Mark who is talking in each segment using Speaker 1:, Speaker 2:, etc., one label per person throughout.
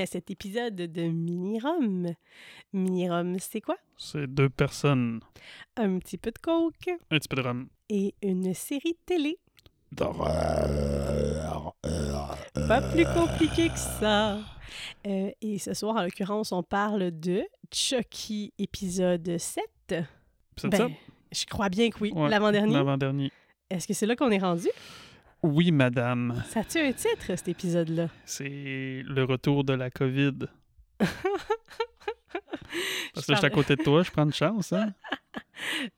Speaker 1: à cet épisode de Mini Rome. Mini Rome, c'est quoi?
Speaker 2: C'est deux personnes,
Speaker 1: Un petit peu de coke
Speaker 2: un petit peu de rhum.
Speaker 1: et une série de télé.
Speaker 3: D'horreur.
Speaker 1: Pas plus
Speaker 2: Euh.
Speaker 1: compliqué que ça. Euh, et ce soir, en l'occurrence, on parle de Chucky épisode 7.
Speaker 2: Puis C'est
Speaker 1: Ben,
Speaker 2: ça?
Speaker 1: Je crois bien que oui,
Speaker 2: Ouais,
Speaker 1: l'avant-dernier.
Speaker 2: L'avant-dernier.
Speaker 1: Est-ce que c'est là qu'on est rendu?
Speaker 2: Oui, madame.
Speaker 1: Ça a-tu un titre, cet épisode-là?
Speaker 2: C'est le retour de la COVID.
Speaker 1: Je
Speaker 2: Parce que là, je suis à
Speaker 1: parle-
Speaker 2: côté de toi, je prends une chance, hein?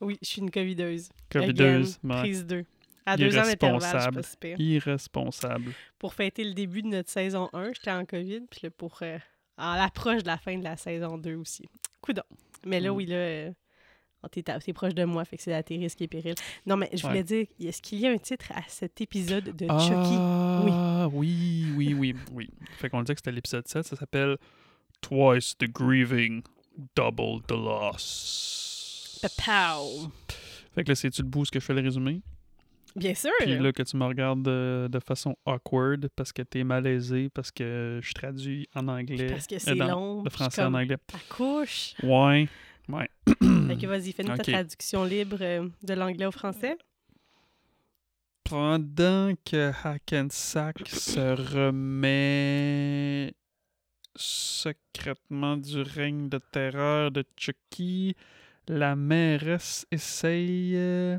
Speaker 1: Oui, je suis une covideuse.
Speaker 2: Covideuse,
Speaker 1: Again,
Speaker 2: ouais.
Speaker 1: prise 2. À deux ans d'intervalle, je suis pas
Speaker 2: Irresponsable.
Speaker 1: si pire.
Speaker 2: irresponsable.
Speaker 1: Pour fêter le début de notre saison 1, j'étais en COVID, puis là, pour euh, à l'approche de la fin de la saison 2 aussi. Coudon. Mais là,
Speaker 2: Mm.
Speaker 1: oui, là, euh, t'es à- t'es proche de moi, fait que c'est à tes risques et périls. Non, mais je voulais
Speaker 2: Ouais.
Speaker 1: dire, est-ce qu'il y a un titre à cet épisode de Chucky?
Speaker 2: Ah, oui, oui, oui, oui. Fait qu'on disait que c'était l'épisode 7, ça s'appelle Twice the Grieving, Double the Loss.
Speaker 1: Papow!
Speaker 2: Fait que là, c'est-tu le bout où ce que je fais le résumé?
Speaker 1: Bien sûr!
Speaker 2: Puis là, que tu me regardes de, de façon awkward parce que t'es malaisé, parce que je traduis en anglais.
Speaker 1: parce que c'est
Speaker 2: dans
Speaker 1: long, puis je
Speaker 2: Le
Speaker 1: suis
Speaker 2: français en
Speaker 1: comme,
Speaker 2: anglais.
Speaker 1: accouche!
Speaker 2: Ouais.
Speaker 1: Fait que vas-y, fais-nous
Speaker 2: Ok.
Speaker 1: ta traduction libre euh, de l'anglais au français.
Speaker 2: Pendant que Hackensack se remet secrètement du règne de terreur de Chucky, la mairesse essaye. euh,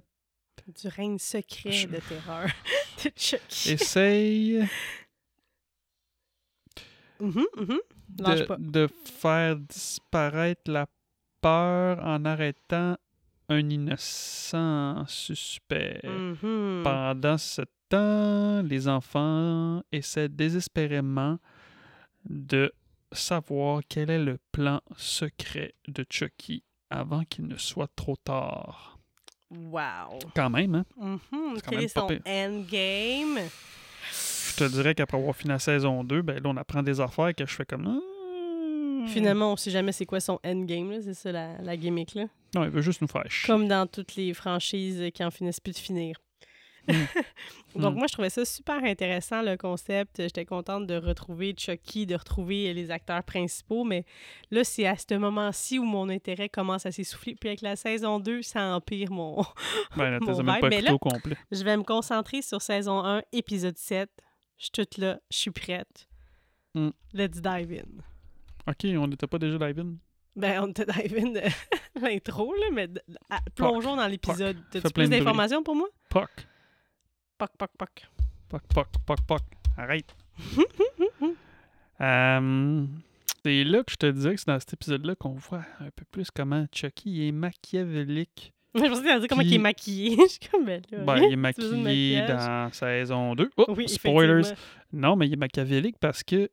Speaker 1: Du règne secret
Speaker 2: Je-
Speaker 1: de terreur de Chucky.
Speaker 2: essaye
Speaker 1: Mhm, mhm. Lâche pas.
Speaker 2: de, de faire disparaître la peur en arrêtant un innocent suspect.
Speaker 1: Mhm.
Speaker 2: Pendant ce temps, les enfants essaient désespérément de savoir quel est le plan secret de Chucky avant qu'il ne soit trop tard.
Speaker 1: Wow.
Speaker 2: Quand même, hein?
Speaker 1: Mhm.
Speaker 2: C'est quand
Speaker 1: Quel
Speaker 2: même
Speaker 1: est son
Speaker 2: pas pire.
Speaker 1: endgame?
Speaker 2: Je te dirais qu'après avoir fini la saison 2, ben là, on apprend des affaires que je fais comme... Hmm.
Speaker 1: Finalement, on sait jamais c'est quoi son endgame, là. c'est ça la, la gimmick. Là.
Speaker 2: Non, il veut juste nous faire chier.
Speaker 1: Comme dans toutes les franchises qui en finissent plus de finir.
Speaker 2: Hmm.
Speaker 1: Donc,
Speaker 2: Mm.
Speaker 1: moi, je trouvais ça super intéressant, le concept. J'étais contente de retrouver Chucky, de retrouver les acteurs principaux, mais là, c'est à ce moment-ci où mon intérêt commence à s'essouffler. Puis avec la saison 2, ça empire mon...
Speaker 2: Ben là, t'as
Speaker 1: mon
Speaker 2: même
Speaker 1: vibe,
Speaker 2: pas
Speaker 1: mais
Speaker 2: écouté
Speaker 1: là-
Speaker 2: au complet.
Speaker 1: Je vais me concentrer sur saison 1, épisode 7. Je suis toute là, je suis prête.
Speaker 2: Mm.
Speaker 1: Let's dive in.
Speaker 2: OK, on n'était pas déjà live-in.
Speaker 1: Ben, on te dive in de l'intro, là, mais de- à- plongeons dans l'épisode. T'as-tu
Speaker 2: Fais
Speaker 1: plus
Speaker 2: plein de bruit.
Speaker 1: d'informations pour moi?
Speaker 2: Poc,
Speaker 1: Poc, poc, poc.
Speaker 2: poc, poc, poc, poc. Arrête. Euh, c'est là que je te disais que c'est dans cet épisode-là qu'on voit un peu plus comment Chucky est machiavélique.
Speaker 1: Je pensais que t'allais dire comment
Speaker 2: Puis-
Speaker 1: il est maquillé. Je suis comme, ben là,
Speaker 2: Ben,
Speaker 1: hein?
Speaker 2: il est
Speaker 1: Tu veux dire
Speaker 2: maquillé
Speaker 1: maquillage?
Speaker 2: dans saison 2. Oh,
Speaker 1: Oui,
Speaker 2: spoilers.
Speaker 1: effectivement.
Speaker 2: Non, mais il est machiavélique parce que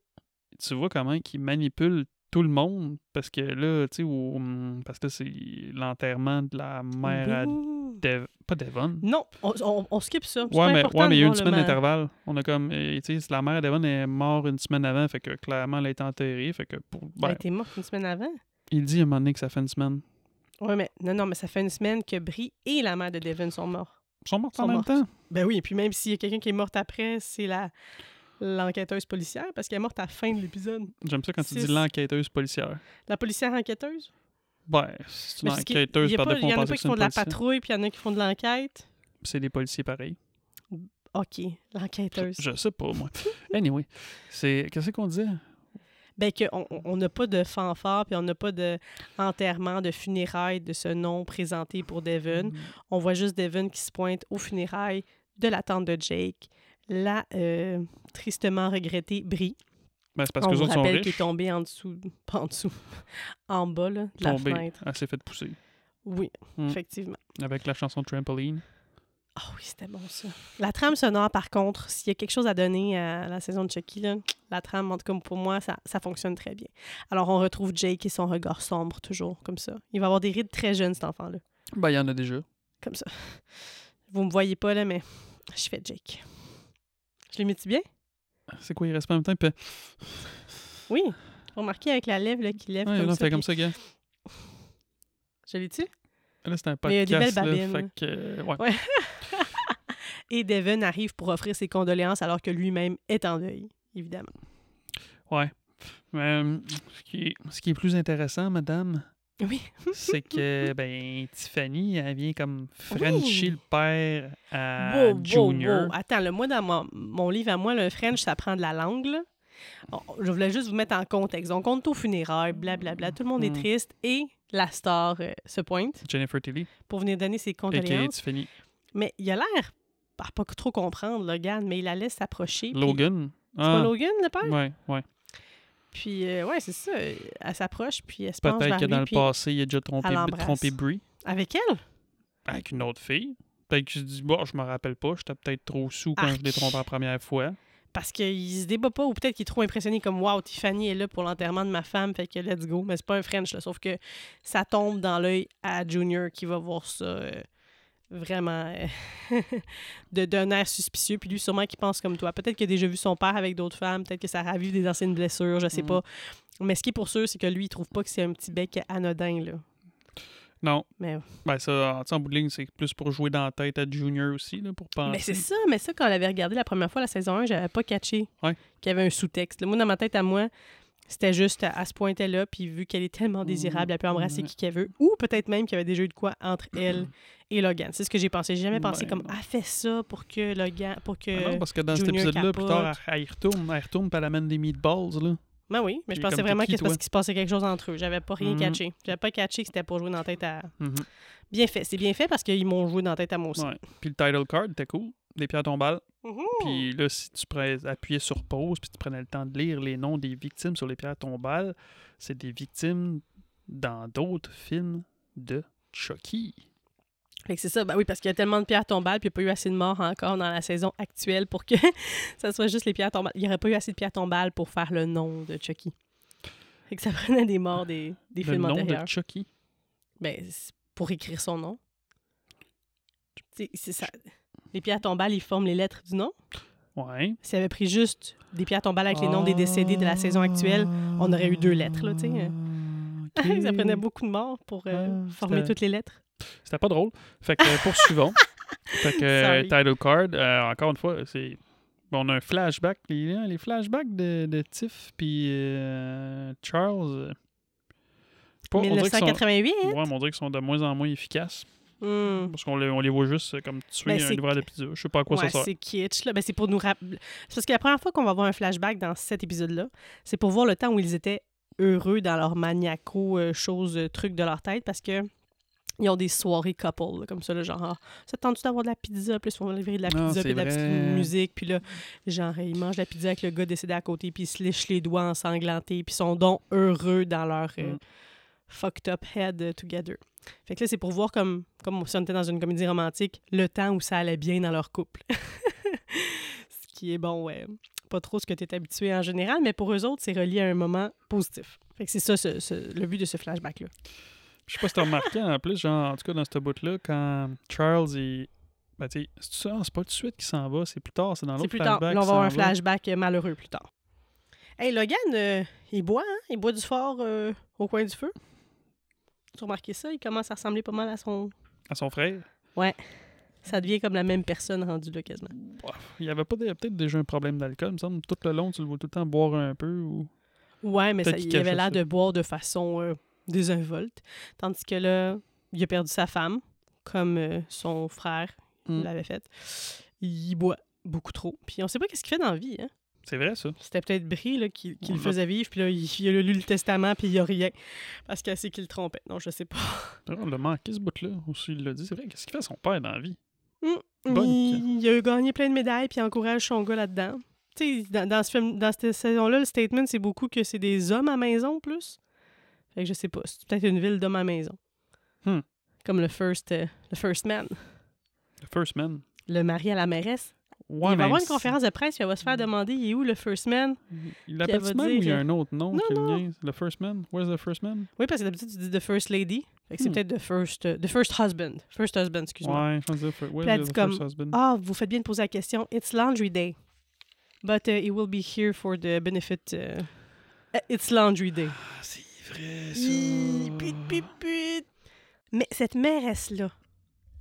Speaker 2: tu vois comment il manipule tout le monde. Parce que là, tu sais, au- hum, parce que là, c'est l'enterrement de la mère à
Speaker 1: Ouh.
Speaker 2: Dev- pas Devon.
Speaker 1: Non, on, on- on skip ça. C'est
Speaker 2: Ouais mais,
Speaker 1: important
Speaker 2: ouais,
Speaker 1: de
Speaker 2: mais il y a eu
Speaker 1: voir le
Speaker 2: une
Speaker 1: ma-
Speaker 2: semaine d'intervalle. On a comme. euh, Tu sais, la mère d'Evan est morte une semaine avant, fait que clairement, elle a été enterrée. Fait que pour, ben,
Speaker 1: Ben, t'es mort une semaine avant.
Speaker 2: il dit à un moment donné que ça fait une semaine.
Speaker 1: Ouais, mais non, non, mais ça fait une semaine que Brie et la mère de Devon sont morts.
Speaker 2: Ils sont morts
Speaker 1: Ils
Speaker 2: en
Speaker 1: sont
Speaker 2: même
Speaker 1: mortes.
Speaker 2: temps.
Speaker 1: Ben oui, et puis même s'il y a quelqu'un qui est morte après, c'est la l'enquêteuse policière, parce qu'elle est morte à la fin de l'épisode.
Speaker 2: J'aime ça quand tu
Speaker 1: Six.
Speaker 2: dis l'enquêteuse policière.
Speaker 1: La policière enquêteuse?
Speaker 2: Ben, c'est
Speaker 1: Mais
Speaker 2: une
Speaker 1: c'est qu'il-
Speaker 2: enquêteuse
Speaker 1: il y a
Speaker 2: par
Speaker 1: pas-
Speaker 2: défaut.
Speaker 1: Il y
Speaker 2: on
Speaker 1: en a
Speaker 2: pense
Speaker 1: pas
Speaker 2: que
Speaker 1: qui
Speaker 2: c'est une
Speaker 1: font de la
Speaker 2: policière.
Speaker 1: patrouille, puis il y en a qui font de l'enquête.
Speaker 2: C'est des policiers pareils.
Speaker 1: OK, l'enquêteuse.
Speaker 2: Je sais pas, moi. anyway, c'est. Qu'est-ce qu'on disait?
Speaker 1: Ben qu'on on n'a pas de fanfare, puis on n'a pas de enterrement, de funérailles de ce nom présenté pour
Speaker 2: Mm.
Speaker 1: Devon.
Speaker 2: Ben,
Speaker 1: On voit juste Devon qui se pointe aux funérailles de la tante de Jake, la euh, tristement regrettée Brie.
Speaker 2: Ben, c'est parce
Speaker 1: on
Speaker 2: que les
Speaker 1: vous
Speaker 2: autres sont
Speaker 1: rappelle qui est
Speaker 2: riches.
Speaker 1: tombée en dessous, pas en dessous, en bas là, de la
Speaker 2: tombés.
Speaker 1: fenêtre.
Speaker 2: Elle s'est faite pousser.
Speaker 1: Oui,
Speaker 2: Mm.
Speaker 1: effectivement.
Speaker 2: Avec la chanson Trampoline.
Speaker 1: Ah oui, c'était bon ça. La trame sonore, par contre, s'il y a quelque chose à donner à la saison de Chucky, là, la trame, en tout cas pour moi, ça, ça fonctionne très bien. Alors on retrouve Jake et son regard sombre toujours, comme ça. Il va avoir des rides très jeunes, cet enfant-là.
Speaker 2: Ben, il y en a déjà.
Speaker 1: Comme ça. Vous me voyez pas là, mais je fais Jake. Je l'ai mis bien?
Speaker 2: C'est quoi, il reste pas en même temps? Puis,
Speaker 1: Oui. Remarquez avec la lèvre là, qui lève
Speaker 2: ouais,
Speaker 1: comme,
Speaker 2: non,
Speaker 1: ça,
Speaker 2: fait comme
Speaker 1: puis-
Speaker 2: ça, gars.
Speaker 1: Je l'ai tu
Speaker 2: Là, c'est un
Speaker 1: Mais il y a
Speaker 2: podcast.
Speaker 1: des belles
Speaker 2: là,
Speaker 1: babines.
Speaker 2: fait que, euh, ouais.
Speaker 1: Et Devon arrive pour offrir ses condoléances alors que lui-même est en deuil, évidemment.
Speaker 2: Ouais. Mais, euh, ce, qui est, ce qui est plus intéressant, madame,
Speaker 1: Oui.
Speaker 2: c'est que ben, Tiffany, elle vient comme Frenchie
Speaker 1: Oui.
Speaker 2: le père à
Speaker 1: Wow, wow,
Speaker 2: Euh, Junior.
Speaker 1: wow. Attends, le moi, dans mon, mon livre à moi, le French, ça prend de la langue. là. On- Je voulais juste vous mettre en contexte. Donc, on compte au funéraire, blablabla. Tout le monde
Speaker 2: Mm.
Speaker 1: est triste et la star euh, se pointe
Speaker 2: Jennifer Tilly,
Speaker 1: pour venir donner ses
Speaker 2: a.k.a.
Speaker 1: condoléances.
Speaker 2: Tiffany.
Speaker 1: Mais il a l'air à pas trop comprendre, Logan, mais il la laisse s'approcher. puis-
Speaker 2: Logan. Ah,
Speaker 1: C'est pas Logan, le père?
Speaker 2: Ouais, ouais.
Speaker 1: Puis, euh, ouais, c'est ça. Elle s'approche, puis elle se penche
Speaker 2: Peut-être
Speaker 1: vers
Speaker 2: que
Speaker 1: lui,
Speaker 2: dans le
Speaker 1: puis-
Speaker 2: passé, il a déjà trompé,
Speaker 1: elle l'embrasse.
Speaker 2: trompé Brie
Speaker 1: Avec elle?
Speaker 2: avec une autre fille. Peut-être que je dis, bon, je me rappelle pas, j'étais peut-être trop sous quand
Speaker 1: Arc.
Speaker 2: je l'ai trompé la première fois.
Speaker 1: Parce qu'il se débat pas, ou peut-être qu'il est trop impressionné, comme « Wow, Tiffany est là pour l'enterrement de ma femme, fait que let's go. » Mais c'est pas un French, là. Sauf que ça tombe dans l'œil à Junior qui va voir ça euh, vraiment euh, de d'un air suspicieux. Puis lui, sûrement, qui pense comme toi. Peut-être qu'il a déjà vu son père avec d'autres femmes. Peut-être que ça ravive des anciennes blessures, je sais
Speaker 2: Mm.
Speaker 1: pas. Mais ce qui est pour sûr, c'est que lui, il trouve pas que c'est un petit bec anodin, là.
Speaker 2: Non.
Speaker 1: Mais-
Speaker 2: Ben, ça, en, tu sais, en bout de ligne, c'est plus pour jouer dans la tête à Junior aussi, là, pour penser.
Speaker 1: Mais c'est ça, mais ça, quand on l'avait regardé la première fois, la saison 1, j'avais pas catché
Speaker 2: Ouais.
Speaker 1: qu'il y avait un sous-texte. Là, Moi, dans ma tête, à moi, c'était juste à ce point là puis vu qu'elle est tellement désirable, elle peut embrasser
Speaker 2: Ouais. Mm-hmm.
Speaker 1: qui qu'elle veut, ou peut-être même qu'il y avait déjà eu de quoi entre elle et Logan. C'est ce que j'ai pensé. J'ai jamais pensé
Speaker 2: Ben
Speaker 1: comme,
Speaker 2: non.
Speaker 1: ah, fais ça pour que Logan, pour
Speaker 2: Ah
Speaker 1: que...
Speaker 2: non, parce que dans
Speaker 1: Euh, Junior
Speaker 2: cet épisode-là, plus
Speaker 1: capote.
Speaker 2: tard, elle, elle y retourne, elle y retourne, puis elle amène des meatballs, là.
Speaker 1: Ben oui, mais
Speaker 2: Puis
Speaker 1: je
Speaker 2: comme,
Speaker 1: pensais
Speaker 2: t'es
Speaker 1: vraiment que
Speaker 2: qui,
Speaker 1: c'est
Speaker 2: toi?
Speaker 1: parce qu'il se passait quelque chose entre eux. J'avais pas rien
Speaker 2: Mhm.
Speaker 1: catché. J'avais pas catché que c'était pour jouer dans la tête à...
Speaker 2: Mhm.
Speaker 1: Bien fait. C'est bien fait parce qu'ils m'ont joué dans la tête à moi aussi.
Speaker 2: Ouais. Puis le title card était cool, des pierres tombales.
Speaker 1: Mhm.
Speaker 2: Puis là, si tu prenais- appuyais sur pause, puis tu prenais le temps de lire les noms des victimes sur les pierres tombales, c'est des victimes dans d'autres films de Chucky.
Speaker 1: Fait que c'est ça, ben oui, parce qu'il y a tellement de pierres tombales, puis il n'y a pas eu assez de morts encore dans la saison actuelle pour que ça soit juste les pierres tombales. Il n'y aurait pas eu assez de pierres tombales pour faire le nom de Chucky. Fait que ça prenait des morts des, des
Speaker 2: le
Speaker 1: films
Speaker 2: nom
Speaker 1: antérieurs.
Speaker 2: de Chucky.
Speaker 1: Ben, c'est pour écrire son nom. Tu sais, C'est ça. Les pierres tombales, ils forment les lettres du nom.
Speaker 2: Ouais.
Speaker 1: S'il avait pris juste des pierres tombales avec les noms des décédés de la saison
Speaker 2: Ah,
Speaker 1: actuelle, on aurait eu deux lettres, là, tu sais.
Speaker 2: sais.
Speaker 1: ça prenait beaucoup de morts pour euh,
Speaker 2: Ah,
Speaker 1: former
Speaker 2: c'était-
Speaker 1: toutes les lettres.
Speaker 2: C'était pas drôle. Fait que euh, poursuivons. fait que euh,
Speaker 1: Sorry.
Speaker 2: title card, euh, encore une fois, c'est. On a un flashback. Les, les flashbacks de, de Tiff puis euh, Charles. euh, pas- on dirait qu'ils sont-
Speaker 1: 1988!
Speaker 2: Ouais, mais on dirait qu'ils sont de moins en moins efficaces.
Speaker 1: Hmm.
Speaker 2: Parce qu'on les, on les voit juste euh, comme tuer
Speaker 1: Ben,
Speaker 2: un
Speaker 1: c'est
Speaker 2: livreur de pizza. Je sais pas à quoi
Speaker 1: ouais,
Speaker 2: ça sert.
Speaker 1: c'est kitsch. Là. Ben, c'est pour nous rappeler. C'est parce que la première fois qu'on va avoir un flashback dans cet épisode-là, c'est pour voir le temps où ils étaient heureux dans leur maniaco euh, choses, euh, trucs de leur tête parce que. Ils ont des soirées couple, là, comme ça, là, genre, ah, ça te tente-tu d'avoir de la pizza? Puis là, ils se font livrer de la
Speaker 2: Ah,
Speaker 1: pizza,
Speaker 2: c'est
Speaker 1: puis de la petite
Speaker 2: vrai.
Speaker 1: musique. Puis là, genre, ils mangent la pizza avec le gars décédé à côté, puis ils se lèchent les doigts ensanglantés, puis ils sont donc heureux dans leur euh,
Speaker 2: Mm.
Speaker 1: fucked up head euh, together. Fait que là, c'est pour voir, comme, comme si on était dans une comédie romantique, le temps où ça allait bien dans leur couple. ce qui est bon, ouais, pas trop ce que tu es habitué en général, mais pour eux autres, c'est relié à un moment positif. Fait que c'est ça ce- ce- le but de ce flashback-là.
Speaker 2: Je sais pas si t'as remarqué en plus, genre, en tout cas, dans ce bout-là, quand Charles, il. Ben, tu sais, c'est ça, c'est pas tout de suite qu'il s'en va, c'est plus tard, c'est dans
Speaker 1: C'est
Speaker 2: l'autre
Speaker 1: plus tard.
Speaker 2: flashback.
Speaker 1: Là, on va
Speaker 2: qu'il
Speaker 1: avoir un
Speaker 2: s'en va.
Speaker 1: flashback euh, malheureux plus tard. Hey, Logan, euh, il boit, hein? Il boit du fort euh, au coin du feu. Tu as remarqué ça? Il commence à ressembler pas mal à son...
Speaker 2: À son frère.
Speaker 1: Ça devient comme la même personne rendue là, quasiment.
Speaker 2: Il y avait pas dé- peut-être déjà un problème d'alcool, il me semble. Tout le long, tu le vois tout le temps boire un peu. Ou...
Speaker 1: Ouais, mais
Speaker 2: Peut-être
Speaker 1: ça,
Speaker 2: qu'il
Speaker 1: il avait
Speaker 2: cachait
Speaker 1: l'air
Speaker 2: ça.
Speaker 1: de boire de façon euh, désinvolte. Tandis que là, il a perdu sa femme, comme euh, son frère
Speaker 2: Mm.
Speaker 1: l'avait fait. Il boit beaucoup trop. Puis on sait pas qu'est-ce qu'il fait dans la vie. Hein?
Speaker 2: C'est vrai, ça.
Speaker 1: C'était peut-être Brie là, qui, qui
Speaker 2: On
Speaker 1: le
Speaker 2: a-
Speaker 1: faisait vivre. Puis là, il, il a lu le testament, puis il a rien. Parce qu'elle sait qu'il le trompait. Non, je sais pas.
Speaker 2: On l'a manqué ce bout-là. Aussi, il l'a dit. C'est vrai, qu'est-ce qu'il fait à son père dans la vie? Bonne
Speaker 1: Il, il a gagné plein de médailles, puis il encourage son gars là-dedans. Tu sais, dans, dans ce film- dans cette saison-là, le statement, c'est beaucoup que c'est des hommes à maison, plus. Fait que je sais pas, c'est peut-être une ville d'hommes à maison.
Speaker 2: Hmm.
Speaker 1: Comme le first, euh, le first man,
Speaker 2: The First Man.
Speaker 1: le mari à la mairesse.
Speaker 2: Ouais,
Speaker 1: il va
Speaker 2: mais Hmm.
Speaker 1: avoir une
Speaker 2: si-
Speaker 1: conférence de presse, puis elle va se faire demander « Il est où le first man?
Speaker 2: Il l'appelle
Speaker 1: elle va
Speaker 2: même ou il y
Speaker 1: dire,
Speaker 2: a un autre nom
Speaker 1: Non,
Speaker 2: qui est le
Speaker 1: non.
Speaker 2: lien? The First Man? Where's the First Man? »
Speaker 1: Oui, parce que d'habitude, tu dis « the first lady ». Fait que c'est
Speaker 2: Hmm.
Speaker 1: peut-être the first, euh, the first husband ».« First husband », excuse-moi.
Speaker 2: Ouais, je pense que c'est
Speaker 1: elle
Speaker 2: Where's
Speaker 1: dit
Speaker 2: the
Speaker 1: comme,
Speaker 2: First Husband?
Speaker 1: Ah, vous faites bien de poser la question. It's laundry day. But uh, it will be here for the benefit. uh, uh, it's laundry day.
Speaker 2: Ah, c'est vrai,
Speaker 1: Hi, put, put, put. Mais cette mairesse-là,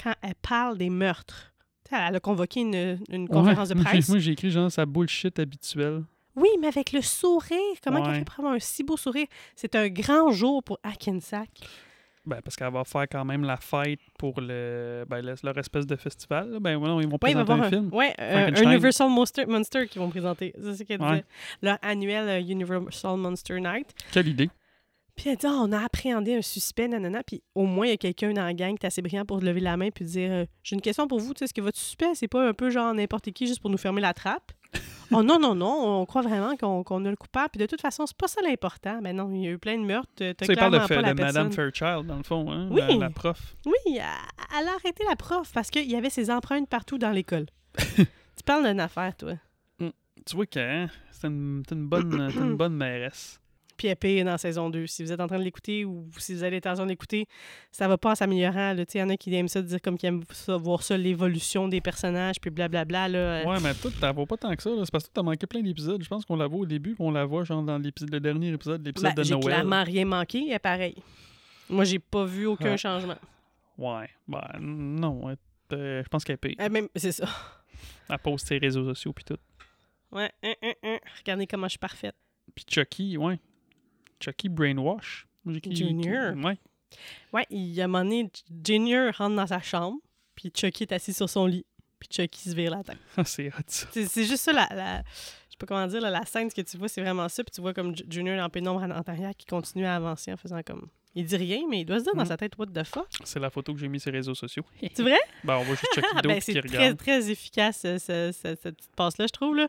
Speaker 1: quand elle parle des meurtres, tu sais, elle a convoqué une, une conférence de presse.
Speaker 2: Moi, j'ai écrit genre sa bullshit habituelle.
Speaker 1: Oui, mais avec le sourire. Comment
Speaker 2: Ouais.
Speaker 1: elle fait pour avoir un si beau sourire? C'est un grand jour pour Hackensack.
Speaker 2: Ben, parce qu'elle va faire quand même la fête pour le, ben, le- leur espèce de festival. là. Ben, non, ils vont
Speaker 1: Oui, il va y
Speaker 2: présenter
Speaker 1: avoir
Speaker 2: un film.
Speaker 1: ouais, euh, un
Speaker 2: Frankenstein.
Speaker 1: Universal Monster, Monster qu'ils vont présenter. C'est ce qu'elle
Speaker 2: Ouais.
Speaker 1: disait. Leur annuel euh, Universal Monster Night.
Speaker 2: Quelle idée.
Speaker 1: Puis elle dit Ah, on a appréhendé un suspect, nanana. Puis au moins, il y a quelqu'un dans la gang qui est assez brillant pour lever la main puis dire euh, J'ai une question pour vous. Tu sais, Est-ce que votre suspect, c'est pas un peu genre n'importe qui juste pour nous fermer la trappe Oh non, non, non. On croit vraiment qu'on qu'on a le coupable. Puis de toute façon, c'est pas ça l'important. Mais non, il y a eu plein de meurtres. T'as
Speaker 2: Ça, il parle
Speaker 1: clairement
Speaker 2: de,
Speaker 1: pas
Speaker 2: fa-
Speaker 1: la
Speaker 2: de Madame
Speaker 1: personne.
Speaker 2: Fairchild, dans le fond, hein,
Speaker 1: Oui.
Speaker 2: la, la prof.
Speaker 1: Oui, elle elle a arrêté la prof parce qu'il y avait ses empreintes partout dans l'école. tu parles d'une affaire, toi.
Speaker 2: Tu vois que hein, c'est une, c'est une bonne, c'est une bonne mairesse.
Speaker 1: Puis elle pire dans saison 2. Si vous êtes en train de l'écouter ou si vous avez l'intention de l'écouter, ça va pas en s'améliorant. là. Tu sais, Il y en a qui aiment ça, dire comme qui aiment ça, voir ça, l'évolution des personnages, puis blablabla. là.
Speaker 2: Ouais, mais toi, t'en vois pas tant que ça. là. C'est parce que t'as manqué plein d'épisodes. Je pense qu'on la voit au début, qu'on la voit genre dans l'épi- le dernier épisode, l'épisode
Speaker 1: Ben,
Speaker 2: de
Speaker 1: j'ai
Speaker 2: Noël.
Speaker 1: clairement rien manqué, elle est pareil. Moi, j'ai pas vu aucun
Speaker 2: Ah.
Speaker 1: changement.
Speaker 2: Ouais. Ben, non. elle est, euh, je pense qu'elle paye.
Speaker 1: Elle Ah, même, c'est ça.
Speaker 2: Elle poste ses réseaux sociaux puis tout.
Speaker 1: Ouais, hein, hein, hein. Regardez comment je suis parfaite.
Speaker 2: Puis Chucky, ouais. Chucky Brainwash. Moi, j'ai- qui-
Speaker 1: Junior.
Speaker 2: qui- ouais.
Speaker 1: Ouais, il y a un moment donné, Junior rentre dans sa chambre, puis Chucky est assis sur son lit, puis Chucky se vire la tête.
Speaker 2: Ah, c'est hot ça.
Speaker 1: C'est c'est juste ça, la, la- je sais pas comment dire, là, la scène, ce que tu vois, c'est vraiment ça. Puis tu vois comme Ju- Junior en pénombre en en arrière qui continue à avancer en faisant comme. Il dit rien, mais il doit se dire dans
Speaker 2: Mhm.
Speaker 1: sa tête, what the fuck.
Speaker 2: C'est la photo que j'ai mis sur les réseaux sociaux.
Speaker 1: C'est vrai?
Speaker 2: Ben, on voit juste Chucky
Speaker 1: Ah,
Speaker 2: d'autres
Speaker 1: ben,
Speaker 2: qui
Speaker 1: c'est très,
Speaker 2: regarde.
Speaker 1: très efficace, euh, ce- ce- cette petite passe-là, je trouve. Là.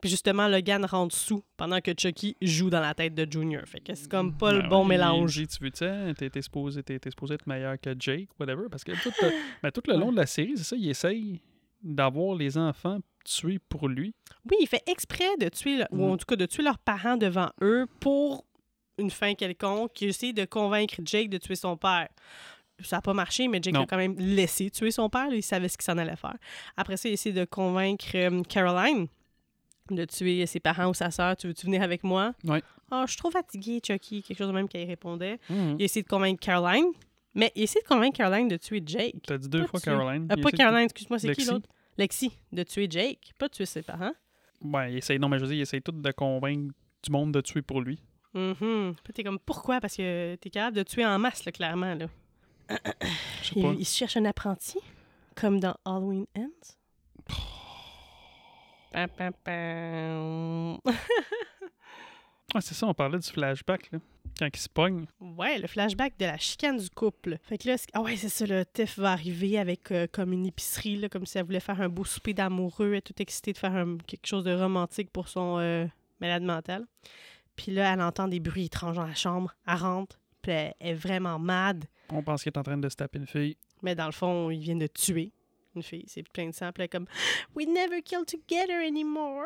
Speaker 1: Puis justement, Logan rentre sous pendant que Chucky joue dans la tête de Junior. Fait que c'est comme pas le
Speaker 2: Ben
Speaker 1: bon
Speaker 2: ouais,
Speaker 1: mélange.
Speaker 2: il dit, tu veux, tu sais, t'es t'es supposé, t'es- t'es supposé être meilleur que Jake, whatever. Parce que tout, euh, ben, tout le long de la série, c'est ça, il essaye d'avoir les enfants tués pour lui.
Speaker 1: Oui, il fait exprès de tuer, le-
Speaker 2: Mm.
Speaker 1: ou en tout cas de tuer leurs parents devant eux pour une fin quelconque. Il essaie de convaincre Jake de tuer son père. Ça n'a pas marché, mais Jake
Speaker 2: Non.
Speaker 1: a quand même laissé tuer son père. là. il savait ce qu'il s'en allait faire. Après ça, il essaie de convaincre euh, Caroline de tuer ses parents ou sa sœur. Tu veux-tu venir avec moi?
Speaker 2: Ouais.
Speaker 1: Ah, je suis trop fatiguée, Chucky. Quelque chose de même qu'elle répondait. Il essaie de convaincre Caroline, mais il essaie de convaincre Caroline de tuer Jake.
Speaker 2: T'as dit deux
Speaker 1: Pas
Speaker 2: fois
Speaker 1: tué.
Speaker 2: Caroline.
Speaker 1: Ah,
Speaker 2: Il
Speaker 1: pas
Speaker 2: essaie de-
Speaker 1: Caroline, excuse-moi, c'est qui
Speaker 2: Lexi.
Speaker 1: l'autre? Lexi, de tuer Jake, pas de tuer ses parents.
Speaker 2: Ouais, il essaye, non, mais je veux dire, il essaye tout de convaincre du monde de tuer pour lui.
Speaker 1: Mhm. Puis T'es comme pourquoi? Parce que t'es capable de tuer en masse, là, clairement. Là.
Speaker 2: Je sais
Speaker 1: Il,
Speaker 2: pas.
Speaker 1: il se cherche un apprenti, comme dans Halloween Ends. Pam, pam, pam.
Speaker 2: Ah, c'est ça, on parlait du flashback, là. Quand il se pogne.
Speaker 1: Ouais, le flashback de la chicane du couple. Fait que là, c'est- ah ouais, c'est ça, le Tiff va arriver avec euh, comme une épicerie, là, comme si elle voulait faire un beau souper d'amoureux, elle est toute excitée de faire un- quelque chose de romantique pour son euh, malade mental. Puis là, elle entend des bruits étranges dans la chambre, elle rentre, puis elle est vraiment mad.
Speaker 2: On pense qu'il est en train de se taper une fille.
Speaker 1: Mais dans le fond, ils viennent de tuer une fille. C'est plein de sang. Puis là, comme We never kill together anymore.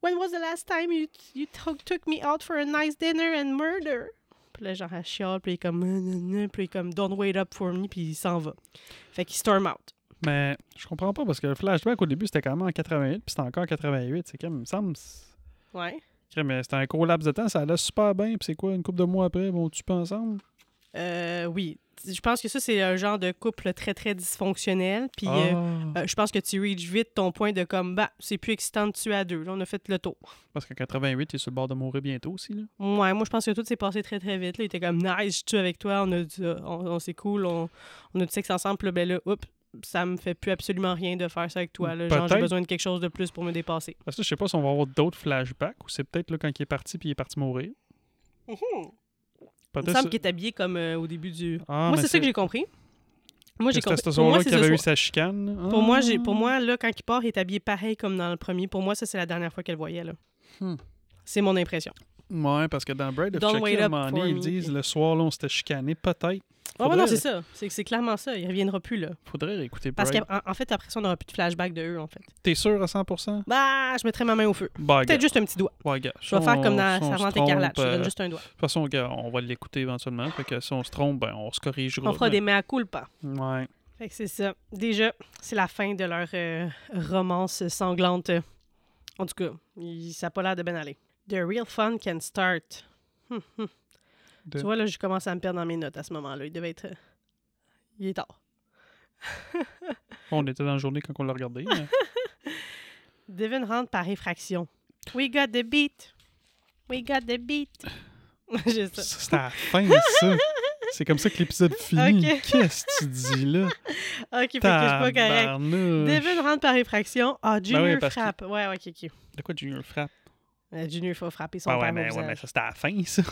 Speaker 1: When was the last time you, you to- took me out for a nice dinner and murder? Puis là, genre, elle chiale, puis il est comme, Euh, nan, nan. puis il est comme, don't wait up for me, puis il s'en va. Fait qu'il storm out.
Speaker 2: Mais je comprends pas parce que le flashback au début c'était quand même en 88 puis c'est encore en 88. C'est quand même, il me semble. c'est-
Speaker 1: Ouais.
Speaker 2: Crème, mais C'était un court laps de temps, ça allait super bien. Puis c'est quoi, une couple de mois après, vont tu pas ensemble?
Speaker 1: Euh, oui. Je pense que ça, c'est un genre de couple très, très dysfonctionnel. Puis
Speaker 2: Ah.
Speaker 1: euh, euh, je pense que tu reaches vite ton point de comme, bah, c'est plus excitant de tuer à deux. Là, on a fait le tour.
Speaker 2: Parce qu'en 88, il est sur le bord de mourir bientôt aussi. Là.
Speaker 1: Ouais, moi, je pense que tout s'est passé très, très vite. Là. Il était comme, nice, je tue avec toi, on a du- on, on- c'est cool, on, on a du sexe ensemble. Puis là, ben là, oups, ça me fait plus absolument rien de faire ça avec toi. Là. Genre, j'ai
Speaker 2: Peut-être.
Speaker 1: besoin de quelque chose de plus pour me dépasser.
Speaker 2: Parce que je sais pas si on va avoir d'autres flashbacks ou c'est peut-être là quand il est parti puis il est parti mourir.
Speaker 1: Il me
Speaker 2: Peut-être.
Speaker 1: semble
Speaker 2: c'est-
Speaker 1: qu'il est habillé comme euh, au début du.
Speaker 2: Ah,
Speaker 1: moi,
Speaker 2: mais
Speaker 1: c'est ça que j'ai compris. Moi, j'ai
Speaker 2: C'était
Speaker 1: compris.
Speaker 2: ce
Speaker 1: Pour moi,
Speaker 2: soir-là
Speaker 1: c'est
Speaker 2: qu'il
Speaker 1: ce
Speaker 2: avait eu
Speaker 1: soir.
Speaker 2: sa chicane.
Speaker 1: Pour moi, j'ai-
Speaker 2: Ah.
Speaker 1: pour moi, là, quand il part, il est habillé pareil comme dans le premier. Pour moi, ça, c'est la dernière fois qu'elle le voyait. là.
Speaker 2: Hmm.
Speaker 1: C'est mon impression.
Speaker 2: Ah. Ouais, parce que dans Bride of
Speaker 1: Don't
Speaker 2: Chucky,
Speaker 1: wait
Speaker 2: à un
Speaker 1: up
Speaker 2: moment
Speaker 1: for
Speaker 2: donné, ils
Speaker 1: me.
Speaker 2: disent le soir là, on s'était chicané. Peut-être.
Speaker 1: Ah, ouais,
Speaker 2: Faudrait-
Speaker 1: non, c'est ça. C'est c'est clairement ça. Il reviendra plus, là.
Speaker 2: Faudrait réécouter
Speaker 1: Parce
Speaker 2: Bride.
Speaker 1: qu'en en fait, après ça, on n'aura plus de flashback de eux, en fait.
Speaker 2: T'es sûr à 100%?
Speaker 1: Bah, je mettrais ma main au feu.
Speaker 2: Bah, gars,
Speaker 1: Peut-être juste un petit doigt.
Speaker 2: ouais, gars,
Speaker 1: Je vais
Speaker 2: si
Speaker 1: faire comme
Speaker 2: on-
Speaker 1: dans
Speaker 2: si on se
Speaker 1: Servante
Speaker 2: trompe,
Speaker 1: écarlate. Je te
Speaker 2: euh,
Speaker 1: donne juste un doigt.
Speaker 2: De toute façon, gars, on va l'écouter éventuellement. Fait que si on se trompe, ben, on se corrigera.
Speaker 1: On fera des mea culpa.
Speaker 2: mais- Ouais.
Speaker 1: Fait que c'est ça. Déjà, c'est la fin de leur euh, romance sanglante. En tout cas, il- ça n'a pas l'air de bien aller. The real fun can start. Hum, hum.
Speaker 2: De-
Speaker 1: Tu vois, là, je commence à me perdre dans mes notes à ce moment-là. Il devait être... euh, Il est tard.
Speaker 2: On était dans la journée quand on l'a regardé. hein. mais-
Speaker 1: Devin rentre par effraction. We got the beat. We got the beat. J'ai ça.
Speaker 2: Ça, C'est à la fin, ça. C'est comme ça que l'épisode finit.
Speaker 1: Ok.
Speaker 2: Qu'est-ce que tu dis là?
Speaker 1: Ok, fait que je suis pas correct.
Speaker 2: Tabarnouche.
Speaker 1: Devin rentre par effraction. Ah, Junior
Speaker 2: Mm. Ben parce que-
Speaker 1: frappe. Ouais, ouais, ok, ok.
Speaker 2: De quoi Junior frappe?
Speaker 1: Euh, Junior faut frapper son
Speaker 2: Ah ouais,
Speaker 1: père
Speaker 2: mais,
Speaker 1: au
Speaker 2: ouais, mais
Speaker 1: visage.
Speaker 2: ça, c'était à la fin, ça.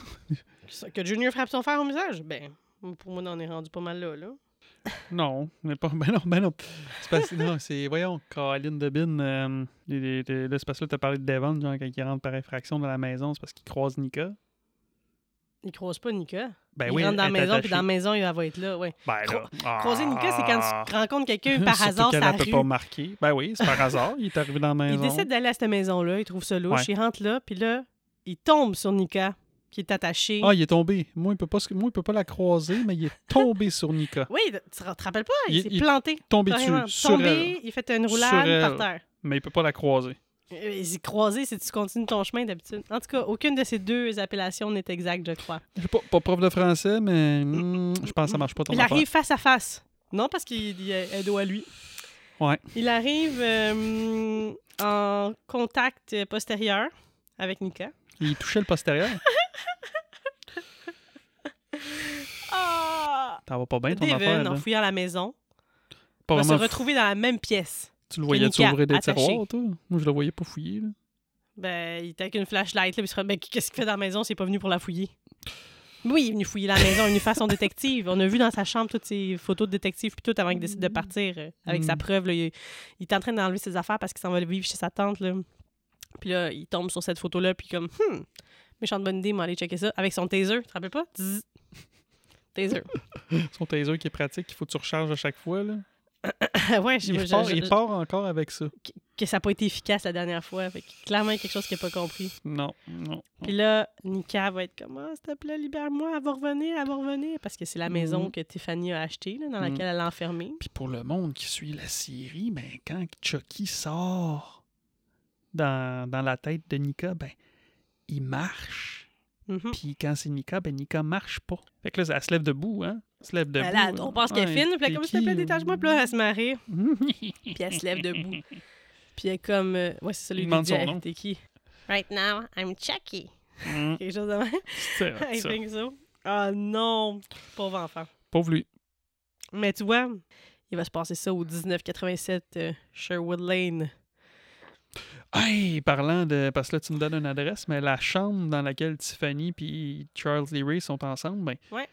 Speaker 1: Ça, Que Junior frappe son frère au visage? Ben, pour moi, on en est rendu pas mal là, là.
Speaker 2: Non, mais pas. Ben non, ben non. C'est parce non, c'est. Voyons, Caroline Debin, euh, les- les- les- là, c'est parce que là, t'as parlé de Devon, genre, quand il rentre par effraction dans la maison, c'est parce qu'il croise Nika.
Speaker 1: Il croise pas Nika.
Speaker 2: Ben
Speaker 1: il
Speaker 2: oui,
Speaker 1: rentre dans la
Speaker 2: elle est
Speaker 1: maison, puis
Speaker 2: attachée.
Speaker 1: dans la maison, il va être là, ouais.
Speaker 2: Ben là. ah.
Speaker 1: Cro- Croiser Nika, c'est quand tu rencontres quelqu'un par
Speaker 2: Surtout
Speaker 1: hasard,
Speaker 2: qu'elle
Speaker 1: ça
Speaker 2: la peut pas
Speaker 1: rue.
Speaker 2: marquer. Ben oui, c'est par hasard. Il est arrivé dans la
Speaker 1: Il
Speaker 2: maison.
Speaker 1: décide d'aller à cette maison-là, il trouve ça louche, il rentre là, puis là, il tombe sur Nika, qui est attachée.
Speaker 2: Ah, il est tombé. Moi, il peut pas, se- moi, il peut pas la croiser, mais il est tombé sur Nika.
Speaker 1: Oui, tu te rappelles pas, il,
Speaker 2: Il-
Speaker 1: s'est
Speaker 2: il-
Speaker 1: planté.
Speaker 2: Tombé dessus,
Speaker 1: carrément.
Speaker 2: sur elle.
Speaker 1: Tombé, il fait une
Speaker 2: Sur
Speaker 1: roulade par
Speaker 2: elle.
Speaker 1: terre.
Speaker 2: Mais il peut pas la croiser.
Speaker 1: Euh, Les croisés, si tu continues ton chemin d'habitude. En tout cas, aucune de ces deux appellations n'est exacte, je crois.
Speaker 2: Je suis pas, pas prof de français, mais hmm, je pense que ça marche pas ton
Speaker 1: Mm, Il
Speaker 2: affaire.
Speaker 1: arrive face à face. Non, parce qu'il il est est dos à lui.
Speaker 2: Ouais.
Speaker 1: Il arrive euh, en contact postérieur avec Nika.
Speaker 2: Il touchait le postérieur.
Speaker 1: Ah!
Speaker 2: T'en vas pas bien, Ben, ton affaire.
Speaker 1: Devin, en
Speaker 2: là.
Speaker 1: fouillant la maison,
Speaker 2: Pas
Speaker 1: va se
Speaker 2: vraiment
Speaker 1: retrouver dans la même pièce.
Speaker 2: Tu le voyais-tu
Speaker 1: Nika,
Speaker 2: ouvrir des
Speaker 1: attaché.
Speaker 2: tiroirs, toi? Moi, je le voyais pas fouiller. Là.
Speaker 1: Ben, il était avec une flashlight, là, puis il se dit, ben, qu'est-ce qu'il fait dans la maison? C'est pas venu pour la fouiller. Oui, il est venu fouiller la maison, il est venu faire son détective. On a vu dans sa chambre toutes ses photos de détective, puis tout, avant qu'il décide de partir euh, avec
Speaker 2: Mm.
Speaker 1: sa preuve. là. il, il est en train d'enlever ses affaires parce qu'il s'en va vivre chez sa tante. Là. Puis là, il tombe sur cette photo-là, puis comme, hum, méchante bonne idée, moi, aller checker ça. Avec son taser, tu te rappelles pas? Zzz. Taser.
Speaker 2: Son taser qui est pratique, qu'il faut que tu recharges à chaque fois. Là.
Speaker 1: ouais, je,
Speaker 2: Il,
Speaker 1: je-
Speaker 2: part,
Speaker 1: je-
Speaker 2: il part encore avec ça.
Speaker 1: que ça n'a pas été efficace la dernière fois. Fait que clairement, il y a quelque chose qu'il n'a pas compris.
Speaker 2: Non, non.
Speaker 1: Puis là, Nika va être comme, Ah, s'il te plaît, libère-moi, elle va revenir, elle va revenir. Parce que c'est la maison
Speaker 2: Mhm.
Speaker 1: que Tiffany a achetée, là, dans
Speaker 2: Mhm.
Speaker 1: laquelle elle a enfermée.
Speaker 2: Puis pour le monde qui suit la série, ben, quand Chucky sort dans, dans la tête de Nika, ben, il marche.
Speaker 1: Mhm.
Speaker 2: Puis quand c'est Nika, ben, Nika marche pas. Fait que là, elle se lève debout, hein? Elle se lève debout. hein.
Speaker 1: Ben là, on pense qu'elle est fine, puis là, comme s'il te plaît, détache-moi, puis là, elle se marie, puis elle se lève debout. Puis elle est comme, euh, ouais, c'est ça,
Speaker 2: Il
Speaker 1: lui, lui
Speaker 2: demande
Speaker 1: dit,
Speaker 2: son
Speaker 1: Hey,
Speaker 2: nom.
Speaker 1: t'es qui? Right now, I'm Chucky. Quelque chose de même. I think so. Ah non, pauvre enfant.
Speaker 2: Pauvre lui.
Speaker 1: Mais tu vois, il va se passer ça au 1987 euh, Sherwood Lane.
Speaker 2: Hey, parlant de. Parce que là, tu me donnes une adresse, mais la chambre dans laquelle Tiffany puis Charles Lee Ray sont ensemble, ben.
Speaker 1: Ouais.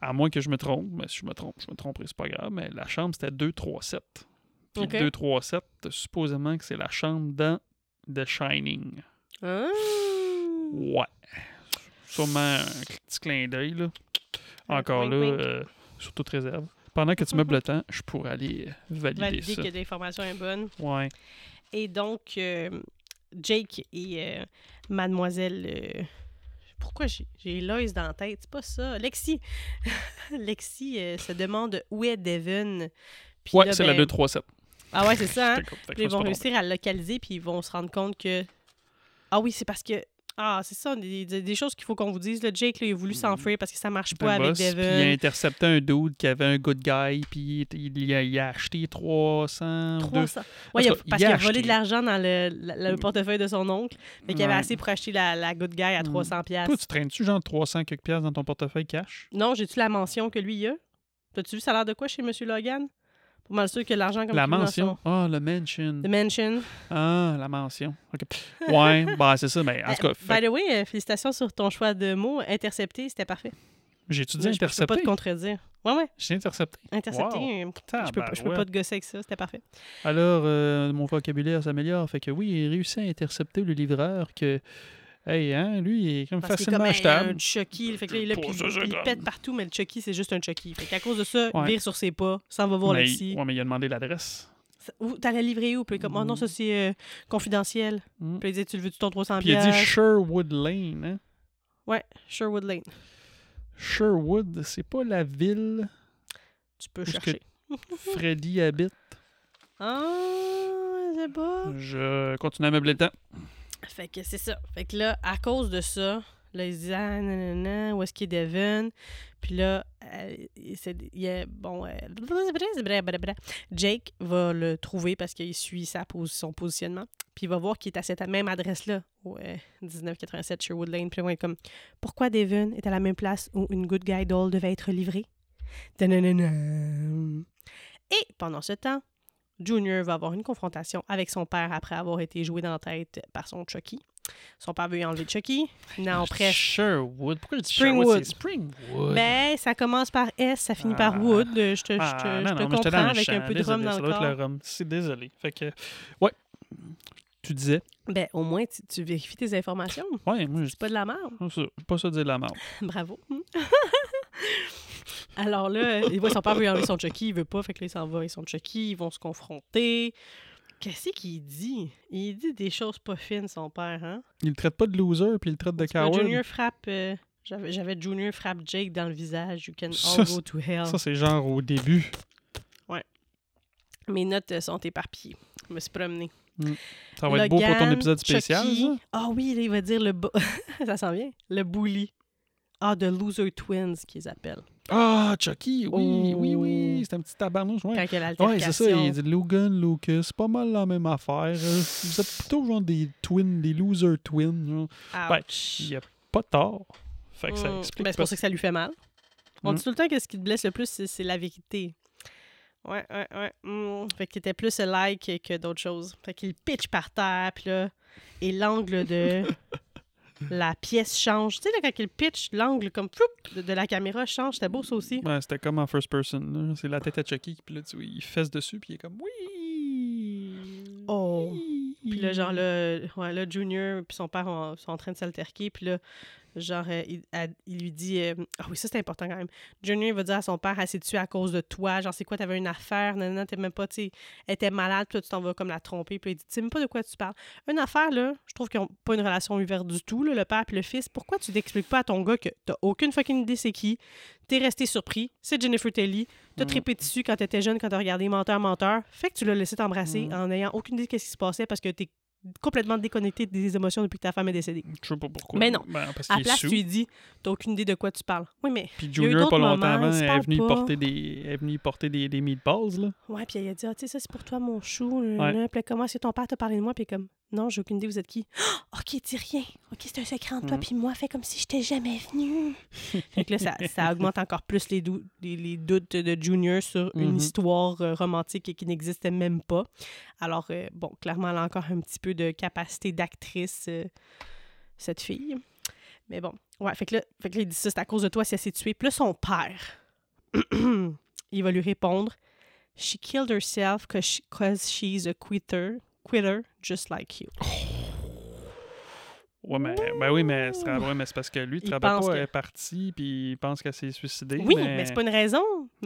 Speaker 2: À moins que je me trompe, mais si je me trompe, je me tromperai, c'est pas grave, mais la chambre c'était 237. Puis
Speaker 1: Ok.
Speaker 2: 237, supposément que c'est la chambre dans The Shining.
Speaker 1: Ah.
Speaker 2: Ouais. Sûrement un petit clin d'œil, là.
Speaker 1: Un
Speaker 2: Encore
Speaker 1: wink,
Speaker 2: là,
Speaker 1: wink.
Speaker 2: euh, sur toute réserve. Pendant que tu meubles le temps, je pourrais aller euh, valider,
Speaker 1: Valider
Speaker 2: ça.
Speaker 1: que l'information est bonne.
Speaker 2: Ouais.
Speaker 1: Et donc, euh, Jake et euh, Mademoiselle. euh, pourquoi j'ai j'ai Lois dans la tête? C'est pas ça. Lexi. Lexi euh, se demande où est Devon. Puis
Speaker 2: Ouais,
Speaker 1: là,
Speaker 2: c'est la
Speaker 1: ben-
Speaker 2: 237.
Speaker 1: Ah ouais, c'est ça. hein?
Speaker 2: Fait que- fait que
Speaker 1: Puis ils
Speaker 2: je me suis
Speaker 1: vont
Speaker 2: pas trompé.
Speaker 1: réussir à le localiser, puis ils vont se rendre compte que. Ah oui, c'est parce que. Ah, c'est ça, des, des- des choses qu'il faut qu'on vous dise. Là, Jake, là, il a voulu s'enfuir parce que ça marche pas
Speaker 2: Un
Speaker 1: avec
Speaker 2: boss, Puis Mm-hmm. il a
Speaker 1: Devon.
Speaker 2: intercepté un dude qui avait un good guy, puis il, il a, il a acheté 300 ou 200.
Speaker 1: 300. Ouais, il a-
Speaker 2: En tout cas,
Speaker 1: parce qu'il
Speaker 2: il a
Speaker 1: a volé
Speaker 2: acheté.
Speaker 1: de l'argent dans le, la- le portefeuille de son oncle. Fait qu'il avait
Speaker 2: Mm-hmm. Ouais.
Speaker 1: assez pour acheter la, la good guy à
Speaker 2: Mm.
Speaker 1: 300$. piastres.
Speaker 2: Toi, tu traînes-tu genre 300 quelques piastres dans ton portefeuille cash?
Speaker 1: Non, j'ai-tu la mention que lui, il a? T'as-tu vu ça a l'air de quoi chez M. Logan? Pour mal sûr que l'argent comme
Speaker 2: la
Speaker 1: qu'il a dans
Speaker 2: mention.
Speaker 1: son-
Speaker 2: Ah, le mansion.
Speaker 1: The mansion.
Speaker 2: Ah, la mention. OK. Ouais, bah c'est ça, mais en tout cas, fait-
Speaker 1: By the way, euh, félicitations sur ton choix de mots. Intercepté, c'était parfait.
Speaker 2: j'ai-tu dit
Speaker 1: Je- Je peux pas
Speaker 2: intercepté?
Speaker 1: te contredire. Ouais, ouais.
Speaker 2: J'ai intercepté.
Speaker 1: Intercepté.
Speaker 2: Wow.
Speaker 1: euh, Je peux, pas- je peux
Speaker 2: Tabarouette.
Speaker 1: pas te gosser avec ça, c'était parfait.
Speaker 2: Alors, euh, mon vocabulaire s'améliore. Fait que oui, il réussit à intercepter le livreur que... Hey, hein, lui, il est comme
Speaker 1: Parce qu'il est
Speaker 2: facilement
Speaker 1: comme hey,
Speaker 2: achetable.
Speaker 1: un Chucky, le fait que là, il, est là,
Speaker 2: Pour
Speaker 1: puis
Speaker 2: ça, c'est
Speaker 1: il
Speaker 2: comme-
Speaker 1: pète partout, mais le Chucky, c'est juste un Chucky. Fait qu'à cause de ça,
Speaker 2: Ouais.
Speaker 1: vire sur ses pas, s'en va voir
Speaker 2: mais,
Speaker 1: Lexi.
Speaker 2: il- ouais, mais il a demandé l'adresse.
Speaker 1: Ça- Où t'allais livrer où? Puis il est comme, oh non, ça c'est euh, confidentiel.
Speaker 2: Mm.
Speaker 1: Puis il dit, tu le veux-tu ton 300
Speaker 2: Puis il a dit
Speaker 1: piastres?
Speaker 2: Sherwood Lane, hein?
Speaker 1: Ouais, Sherwood Lane.
Speaker 2: Sherwood, c'est pas la ville
Speaker 1: Tu peux
Speaker 2: Où est-ce
Speaker 1: chercher. Mhm.
Speaker 2: où Freddy habite.
Speaker 1: Ah, c'est pas.
Speaker 2: Je continue à meubler le temps.
Speaker 1: Fait que c'est ça. Fait que là, à cause de ça, Là, ils se disent Ah, nan, nan, nan, où est-ce qu'il est Devon? Puis là, euh, il s'est- il y a, bon, euh, blablabla. Jake va le trouver parce qu'il suit sa pose, son positionnement. Puis il va voir qu'il est à cette même adresse-là, au euh, 1987 Sherwood Lane. Puis là, on est comme Pourquoi Devon est à la même place où une Good Guy Doll devait être livrée? Tanananam. Et pendant ce temps, Junior va avoir une confrontation avec son père après avoir été joué dans la tête par son Chucky. Son père veut lui enlever Chucky. Non, presque.
Speaker 2: Sherwood. Pourquoi je dis
Speaker 1: Springwood.
Speaker 2: Sherwood? C'est Springwood.
Speaker 1: Ben, ça commence par S, ça finit
Speaker 2: Ah.
Speaker 1: par Wood. Je te, je te-
Speaker 2: Ah,
Speaker 1: je te
Speaker 2: non, non, mais j'étais
Speaker 1: comprends
Speaker 2: dans le
Speaker 1: avec un
Speaker 2: champ.
Speaker 1: peu de
Speaker 2: Désolé,
Speaker 1: rhum dans
Speaker 2: ça
Speaker 1: le
Speaker 2: doit être
Speaker 1: corps.
Speaker 2: rhum. C'est désolé. Fait que, ouais. Tu disais,
Speaker 1: Ben, au moins, tu, tu vérifies tes informations.
Speaker 2: ouais, moi, je
Speaker 1: C'est pas de la merde.
Speaker 2: pas ça, pas ça dire de la merde.
Speaker 1: Bravo. Alors là, il voit son père veut enlever son Chucky, il veut pas, fait que là, il s'en va avec son Chucky, ils vont se confronter. Qu'est-ce qu'il dit? Il dit des choses pas fines, son père, hein?
Speaker 2: Il le traite pas de loser, puis il le traite de
Speaker 1: Parce que
Speaker 2: coward.
Speaker 1: Junior frappe... euh, j'avais j'avais Junior frappe Jake dans le visage. You can
Speaker 2: Ça,
Speaker 1: all go to hell.
Speaker 2: Ça, c'est genre au début.
Speaker 1: Mes notes euh, sont éparpillées. Je me suis promenée.
Speaker 2: Ça va être beau pour ton épisode spécial,
Speaker 1: Chucky.
Speaker 2: ça.
Speaker 1: Ah oui, là, il va dire le... bo- ça s'en vient. Le bully. Ah, The Loser Twins, qu'ils appellent.
Speaker 2: Ah, Chucky,
Speaker 1: Oh.
Speaker 2: oui, oui, oui. C'est un petit tabarnouche, ouais.
Speaker 1: Quand il y a
Speaker 2: Ouais, c'est ça,
Speaker 1: l'altercation.
Speaker 2: il dit Logan, Lucas, c'est pas mal la même affaire. Euh, Vous êtes plutôt genre des twins, des loser twins. genre.
Speaker 1: Ouch.
Speaker 2: Il y a pas tort. Fait que ça
Speaker 1: Mm.
Speaker 2: explique.
Speaker 1: Ben, c'est pour ça que ça lui fait mal. On
Speaker 2: Mm.
Speaker 1: dit tout le temps que ce qui te blesse le plus, c'est c'est la vérité. Ouais, ouais, ouais. mm. Fait qu'il était plus like que d'autres choses. Fait qu'il pitch par terre, puis là, et l'angle de la pièce change. Tu sais, là, quand il pitch, l'angle comme floup, de, de la caméra change. C'était beau, ça aussi.
Speaker 2: Ouais, c'était comme en first person. là. C'est la tête à Chucky, puis là, tu, il fesse dessus, puis il est comme Oui!
Speaker 1: Oh.
Speaker 2: Oui.
Speaker 1: Puis là, genre, là, ouais, là Junior puis son père ont- sont en train de s'alterquer. Puis là, genre, euh, il, elle- il lui dit... euh, Ah oui, ça, c'est important quand même. Junior, il va dire à son père « Elle s'est tuée à cause de toi. Genre, c'est quoi, t'avais une affaire? Non, non, t'es même pas... tu sais, Elle était malade. Puis là, tu t'en vas comme la tromper. Puis là, il dit « Tu sais même pas de quoi tu parles. » Une affaire, là, je trouve qu'ils ont pas une relation ouverte du tout, là, le père puis le fils. Pourquoi tu t'expliques pas à ton gars que t'as aucune fucking idée c'est qui? T'es resté surpris. C'est Jennifer Telly. T'as
Speaker 2: Mm.
Speaker 1: trippé dessus quand t'étais jeune, quand t'as regardé Menteur, Menteur. Fait que tu l'as laissé t'embrasser
Speaker 2: Mm.
Speaker 1: en n'ayant aucune idée de ce qui se passait parce que t'es complètement déconnecté des émotions depuis que ta femme est décédée.
Speaker 2: Je sais pas pourquoi.
Speaker 1: Mais non.
Speaker 2: Ben, parce
Speaker 1: À
Speaker 2: qu'il est
Speaker 1: place, tu
Speaker 2: sous.
Speaker 1: lui dis, t'as aucune idée de quoi tu parles. Oui, mais.
Speaker 2: Puis
Speaker 1: y a eu
Speaker 2: Junior, pas
Speaker 1: d'autres
Speaker 2: longtemps
Speaker 1: moments,
Speaker 2: avant,
Speaker 1: ils se
Speaker 2: est
Speaker 1: parlent
Speaker 2: venu
Speaker 1: pas.
Speaker 2: porter des, est venu porter des, des meatballs, là.
Speaker 1: Ouais, puis il a dit, ah, tu sais, ça, c'est pour toi, mon chou. là, là. Puis là, comment est-ce que ton père t'a parlé de moi? Puis il est comme, non, j'ai aucune idée, vous êtes qui? Ah, OK, dis rien. OK, c'est un secret entre toi,
Speaker 2: Mhm.
Speaker 1: puis moi, fais comme si je t'ai jamais venu. fait que là, ça, ça augmente encore plus les, dou- les, les doutes de Junior sur une
Speaker 2: Mhm.
Speaker 1: histoire euh, romantique et qui n'existait même pas. Alors, euh, bon, clairement, elle a encore un petit peu de capacité d'actrice, euh, cette fille. Mais bon, ouais, fait que là, fait que là, il dit ça, c'est à cause de toi si elle s'est tuée. Puis là, son père, il va lui répondre She killed herself because she's a quitter, quitter just like you.
Speaker 2: Ouais, mais, ben oui, mais c'est ouais, mais c'est parce que lui, il
Speaker 1: Oh. Il
Speaker 2: travaille
Speaker 1: pense
Speaker 2: pas,
Speaker 1: que-
Speaker 2: elle est partie, puis il pense qu'elle s'est suicidée.
Speaker 1: Oui, mais, c'est pas une raison.